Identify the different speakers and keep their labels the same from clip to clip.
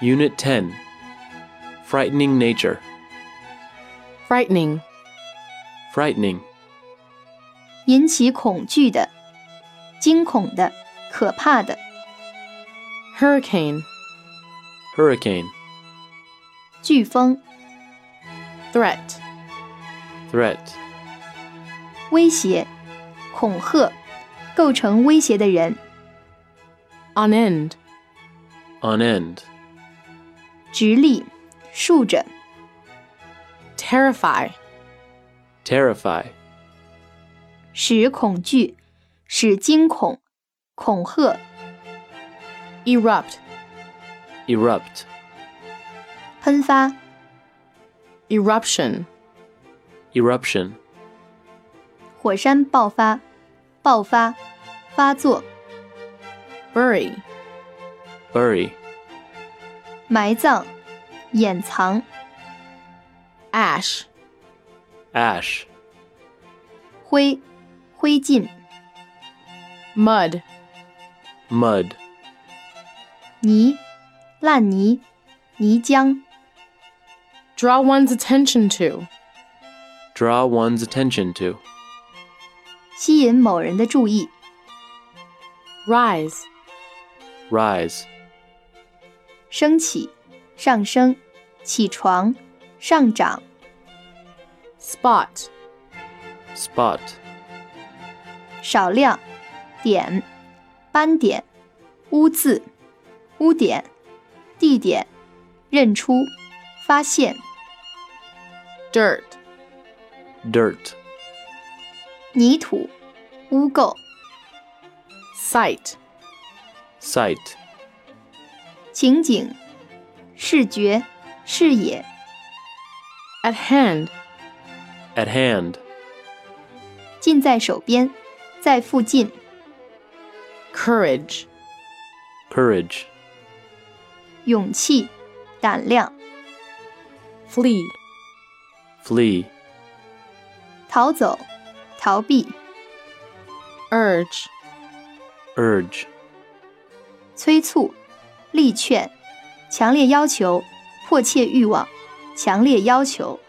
Speaker 1: Unit 10 Frightening Nature.
Speaker 2: frightening,
Speaker 1: Frightening.
Speaker 3: 引起恐惧的、惊恐的、可怕的。
Speaker 2: hurricane,
Speaker 1: Hurricane.
Speaker 3: 飓风、
Speaker 2: threat,
Speaker 1: Threat.
Speaker 3: 威胁、恐吓，构成威胁的人，
Speaker 2: on end,
Speaker 1: On end.
Speaker 3: 直立、竖着，
Speaker 2: terrify,
Speaker 1: Terrify.
Speaker 3: 使恐惧，使惊恐，恐吓，
Speaker 2: erupt,
Speaker 1: Erupt.
Speaker 3: 喷发，
Speaker 2: eruption,
Speaker 1: Eruption.
Speaker 3: 火山爆发，爆发，发作，
Speaker 2: bury,
Speaker 1: Bury.
Speaker 3: 埋葬，掩藏，
Speaker 2: ash,
Speaker 1: Ash.
Speaker 3: 灰，灰烬，
Speaker 2: mud,
Speaker 1: Mud.
Speaker 3: 泥，烂泥，泥浆，
Speaker 2: draw one's attention to,
Speaker 1: Draw one's attention to.
Speaker 3: 吸引某人的注意，
Speaker 2: rise,
Speaker 1: Rise.
Speaker 3: 升起，上升，起床，上涨，
Speaker 2: spot,
Speaker 1: Spot.
Speaker 3: 少量，点，斑点，污渍，污点，地点，认出，发现，
Speaker 2: dirt,
Speaker 1: Dirt.
Speaker 3: 泥土，污垢，
Speaker 2: sight,
Speaker 1: Sight.
Speaker 3: 情景，视觉，视野，
Speaker 2: at hand,
Speaker 1: At hand.
Speaker 3: 近在手边，在附近，
Speaker 2: courage,
Speaker 1: Courage.
Speaker 3: 勇气，胆量，
Speaker 2: flee,
Speaker 1: Flee.
Speaker 3: 逃走，逃避，
Speaker 2: urge,
Speaker 1: Urge.
Speaker 3: 催促，力劝，强烈要求，迫切欲望，强烈要求，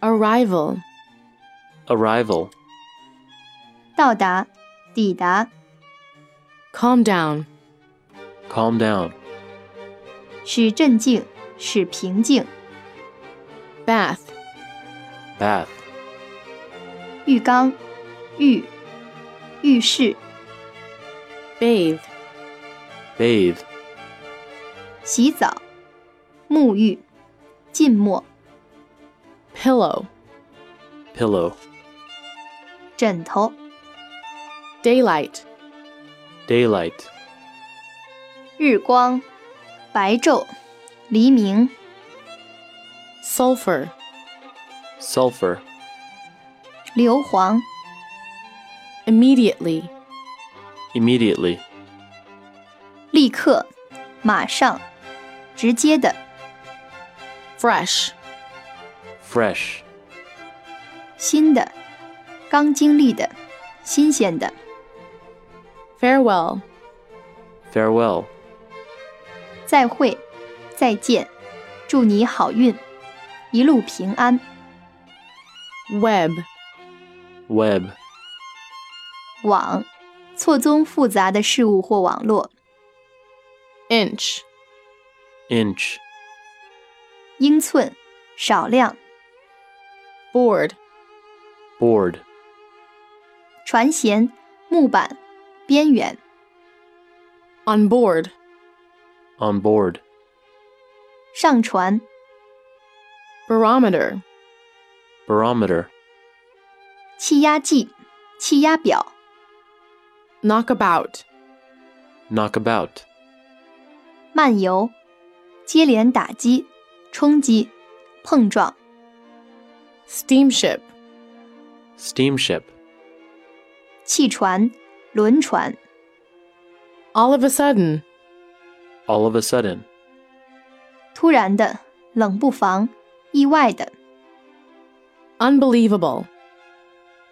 Speaker 2: arrival,
Speaker 1: Arrival.
Speaker 3: 到达，抵达。
Speaker 2: calm down,
Speaker 1: Calm down.
Speaker 3: 使镇静，使平静。
Speaker 2: bath,
Speaker 1: Bath.
Speaker 3: 浴缸，浴，浴室，
Speaker 2: bathe,
Speaker 1: Bathe.
Speaker 3: 洗澡，沐浴，浸没，
Speaker 2: pillow,
Speaker 1: Pillow.
Speaker 3: 枕头，
Speaker 2: daylight,
Speaker 1: Daylight.
Speaker 3: 日光，白昼，黎明，
Speaker 2: sulfur,
Speaker 1: Sulfur.
Speaker 3: 硫磺，
Speaker 2: immediately,
Speaker 1: Immediately.
Speaker 3: 立刻，马上，直接的，
Speaker 2: fresh,
Speaker 1: Fresh.
Speaker 3: 新的，刚经历的，新鲜的，
Speaker 2: farewell,
Speaker 1: Farewell.
Speaker 3: 再会，再见，祝你好运，一路平安，
Speaker 2: web,
Speaker 1: Web.
Speaker 3: 网，错综复杂的事物或网络。
Speaker 2: inch,
Speaker 1: Inch.
Speaker 3: 英寸、少量、
Speaker 2: board,
Speaker 1: Board.
Speaker 3: 船舷、木板、边缘、
Speaker 2: on board,
Speaker 1: On board.
Speaker 3: 上船、
Speaker 2: barometer,
Speaker 1: Barometer.
Speaker 3: 气压计、气压表、
Speaker 2: knockabout,
Speaker 1: Knockabout.
Speaker 3: 漫游、接连打击、冲击、碰撞、
Speaker 2: steamship,
Speaker 1: Steamship.
Speaker 3: 汽船、轮船、
Speaker 2: all of a sudden,
Speaker 1: All of a sudden.
Speaker 3: 突然的、冷不防、意外的、
Speaker 2: unbelievable,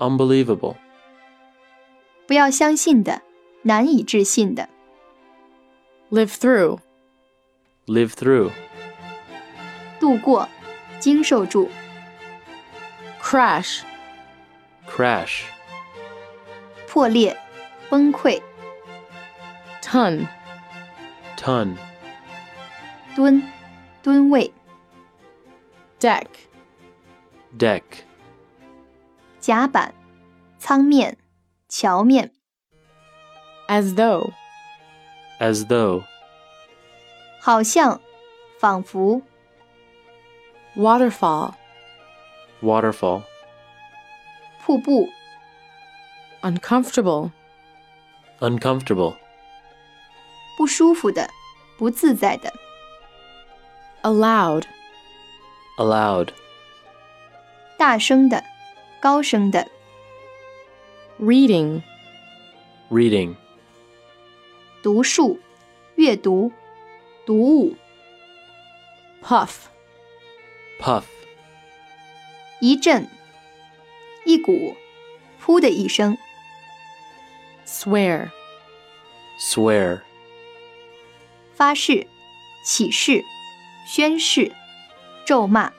Speaker 1: Unbelievable.
Speaker 3: 不要相信的、难以置信的、
Speaker 2: live through,
Speaker 1: live through,
Speaker 3: 度过，经受住，
Speaker 2: crash,
Speaker 1: crash,
Speaker 3: 破裂，崩溃，
Speaker 2: ton,
Speaker 1: ton,
Speaker 3: 蹲，蹲位，
Speaker 2: deck,
Speaker 1: deck,
Speaker 3: 甲板，舱面，桥面，
Speaker 2: as though,
Speaker 1: as though,
Speaker 3: 好像，仿佛，
Speaker 2: waterfall,
Speaker 1: waterfall,
Speaker 3: 瀑布，
Speaker 2: uncomfortable,
Speaker 1: uncomfortable,
Speaker 3: 不舒服的，不自在的，
Speaker 2: allowed,
Speaker 1: allowed,
Speaker 3: 大声的，高声的，
Speaker 2: reading,
Speaker 1: reading,
Speaker 3: 读数，阅读，读物，
Speaker 2: puff,
Speaker 1: puff,
Speaker 3: 一阵，一股，噗的一声，
Speaker 2: swear,
Speaker 1: swear,
Speaker 3: 发誓，起誓，宣誓，咒骂，